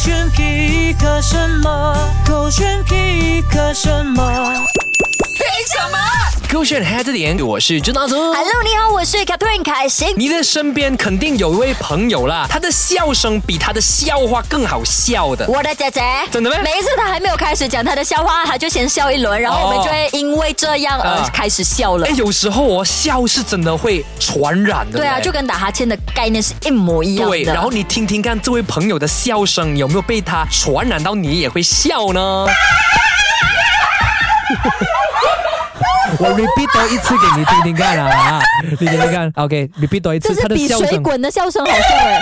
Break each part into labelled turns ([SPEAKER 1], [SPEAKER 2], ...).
[SPEAKER 1] 选皮克什么？狗选皮克什么？
[SPEAKER 2] 勾选 Head 点，我是 j o n a t h
[SPEAKER 3] Hello，你好，我是 Catherine 凯欣。
[SPEAKER 2] 你的身边肯定有一位朋友啦，他的笑声比他的笑话更好笑的。
[SPEAKER 3] 我的姐姐，
[SPEAKER 2] 真的咩
[SPEAKER 3] 每一次她还没有开始讲她的笑话，她就先笑一轮，然后我们
[SPEAKER 2] 哦
[SPEAKER 3] 就会因为这样而
[SPEAKER 2] 啊
[SPEAKER 3] 开始笑了
[SPEAKER 2] 哎，。有时候哦，笑是真的会传染的。
[SPEAKER 3] 对啊，就跟打哈欠的概念是一模一样的。
[SPEAKER 2] 对，然后你听听看这位朋友的笑声有没有被他传染到，你也会笑呢？
[SPEAKER 4] 我 repeat 多一次给你听听看啊，你听听看，OK，repeat 多一
[SPEAKER 3] 这
[SPEAKER 4] 次，
[SPEAKER 3] 是
[SPEAKER 4] 他的
[SPEAKER 3] 比
[SPEAKER 4] 笑
[SPEAKER 3] 水
[SPEAKER 4] 声。
[SPEAKER 3] 滚的笑声好笑哎。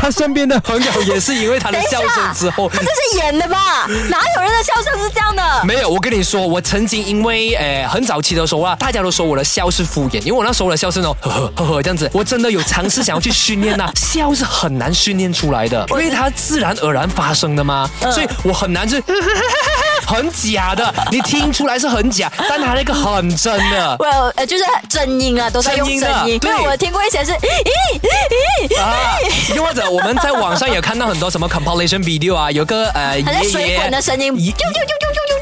[SPEAKER 4] 他身边的
[SPEAKER 2] 朋友也是因为他的
[SPEAKER 3] 等一
[SPEAKER 2] 笑
[SPEAKER 3] 下
[SPEAKER 2] 声之后
[SPEAKER 3] 他。这是演的吧？哪有人的笑声是这样 的？
[SPEAKER 2] 没有，我跟你说，我曾经因为呃很早期的时候啊，大家都说我的笑是敷衍，因为我那时候的笑是那种 呵呵呵呵这样子，我真的有尝试想要去训练呐、 笑是很难训练出来的，因为它自然而然发生的嘛，
[SPEAKER 3] 嗯
[SPEAKER 2] 所以我很难是 很假的，你听出来是很假，但它那个很真的。
[SPEAKER 3] 我呃，就是真音啊，都在用
[SPEAKER 2] 真音的
[SPEAKER 3] 真音。
[SPEAKER 2] 对
[SPEAKER 3] 因为我听过一些是，咦咦，咦
[SPEAKER 2] 啊，又或者我们在网上也看到很多什么 compilation video 啊，有个呃
[SPEAKER 3] 好像
[SPEAKER 2] 爷
[SPEAKER 3] 水滚
[SPEAKER 2] 爷
[SPEAKER 3] 的声音，啾啾啾
[SPEAKER 2] 爷
[SPEAKER 3] 啾啾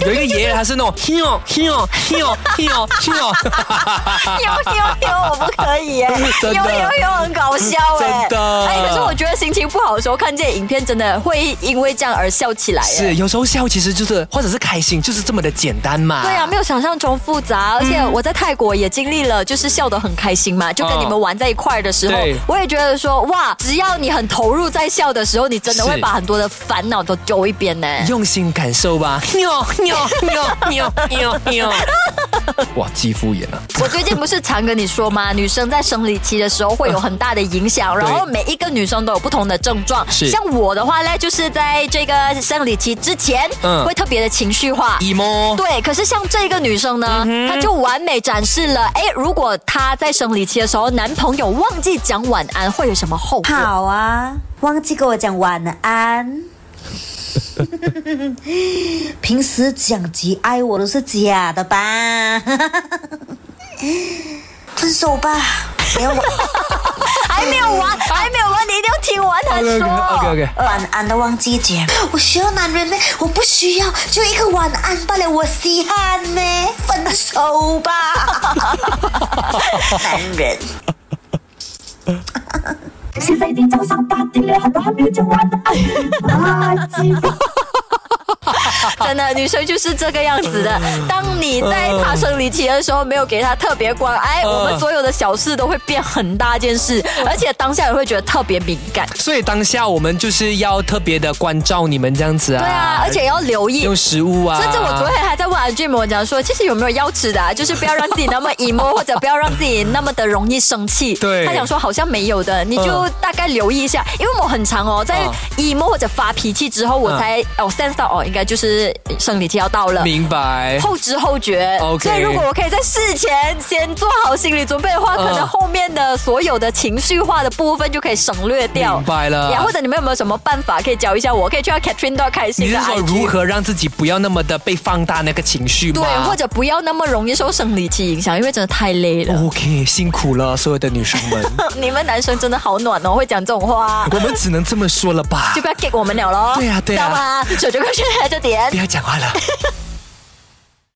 [SPEAKER 3] 啾
[SPEAKER 2] 有一个爷爷，他是那种 哦 h i o h i o h i o h i o h i o
[SPEAKER 3] 呦呦呦，我不可以哎、
[SPEAKER 2] 真的
[SPEAKER 3] 呦呦呦，很搞笑哎、
[SPEAKER 2] 真的
[SPEAKER 3] 哎，可是我觉得心情不好的时候看这影片，真的会因为这样而笑起来、哎
[SPEAKER 2] 是，有时候笑其实就是，或者是开心，就是这么的简单嘛。
[SPEAKER 3] 对啊，没有想象中复杂，而
[SPEAKER 2] 嗯
[SPEAKER 3] 且我在泰国也经历了，就是笑得很开心嘛，就跟
[SPEAKER 2] 哦
[SPEAKER 3] 你们玩在一块儿的时候
[SPEAKER 2] 嗯对，
[SPEAKER 3] 我也觉得说，哇，只要你很投入在笑的时候，你真的
[SPEAKER 2] 是
[SPEAKER 3] 会把很多的烦恼都丢一边呢。
[SPEAKER 2] 用心感受 吧。喵喵喵喵喵喵！ 哇，肌肤炎啊！
[SPEAKER 3] 我最近不是常跟你说吗？女生在生理期的时候会有很大的影 响，然后每一个女生都有不同的症状。
[SPEAKER 2] 是
[SPEAKER 3] 像我的话呢，就是在这个生理期之前，
[SPEAKER 2] 嗯
[SPEAKER 3] 会特别的情绪化。
[SPEAKER 2] emo
[SPEAKER 3] 对，可是像这个女生呢，
[SPEAKER 2] 嗯
[SPEAKER 3] 她就完美展示了，哎，如果她在生理期的时候，男朋友忘记讲晚安，会有什么后果？
[SPEAKER 5] 好啊，忘记跟我讲晚安。平时讲极爱我都是假的吧？分手吧，不要晚
[SPEAKER 3] 还没有完，还没有完，你一定要听完她啊说。
[SPEAKER 2] OK，
[SPEAKER 5] 晚安的忘记讲。我需要男人呢，我不需要，就一个晚安罢了。我稀罕呢，分手吧，男人。
[SPEAKER 6] 现在已经早上八点了，很多还没有讲完呢。啊，鸡巴！
[SPEAKER 3] 真的，女生就是这个样子的。
[SPEAKER 2] 嗯
[SPEAKER 3] 当你在她生理期的时候，没有给她特别关爱，
[SPEAKER 2] 嗯
[SPEAKER 3] 我们所有的小事都会变很大件事，而且当下也会觉得特别敏感。
[SPEAKER 2] 所以当下我们就是要特别的关照你们这样子啊。
[SPEAKER 3] 对啊，而且要留意
[SPEAKER 2] 用。食物啊。
[SPEAKER 3] 甚至我昨天还在问安俊我讲说，其实有没有要吃的、 啊，就是不要让自己那么 emo，或者不要让自己那么的容易生气。
[SPEAKER 2] 对
[SPEAKER 3] 他讲说好像没有的，你就大概留意一下，因为我很长哦，在
[SPEAKER 2] 嗯
[SPEAKER 3] emo 或者发脾气之后，我
[SPEAKER 2] 嗯
[SPEAKER 3] 才哦 sense 到哦，应该就是生理期要到了。
[SPEAKER 2] 明白。
[SPEAKER 3] 后知后觉。
[SPEAKER 2] OK
[SPEAKER 3] 所以如果我可以在事前先做好心理准备的话，
[SPEAKER 2] 嗯
[SPEAKER 3] 可能后面的所有的情绪化的部分就可以省略掉。
[SPEAKER 2] 明白了
[SPEAKER 3] 呀，或者你们有没有什么办法可以教一下我？可以去到 Catherine 到开
[SPEAKER 2] 你
[SPEAKER 3] 心
[SPEAKER 2] 是
[SPEAKER 3] 的 IG。
[SPEAKER 2] 说如何让自己不要那么的被放大那个情绪吗？
[SPEAKER 3] 对，或者不要那么容易受生理期影响，因为真的太累了。
[SPEAKER 2] OK，辛苦了，所有的女生 们，
[SPEAKER 3] 你们男生真的好暖哦，会讲这种话，
[SPEAKER 2] 我们只能这么说了吧
[SPEAKER 3] 就？不要 get 我们了咯。
[SPEAKER 2] 对啊对啊
[SPEAKER 3] 知道吗？手就快去来这点
[SPEAKER 2] 不。要讲话了。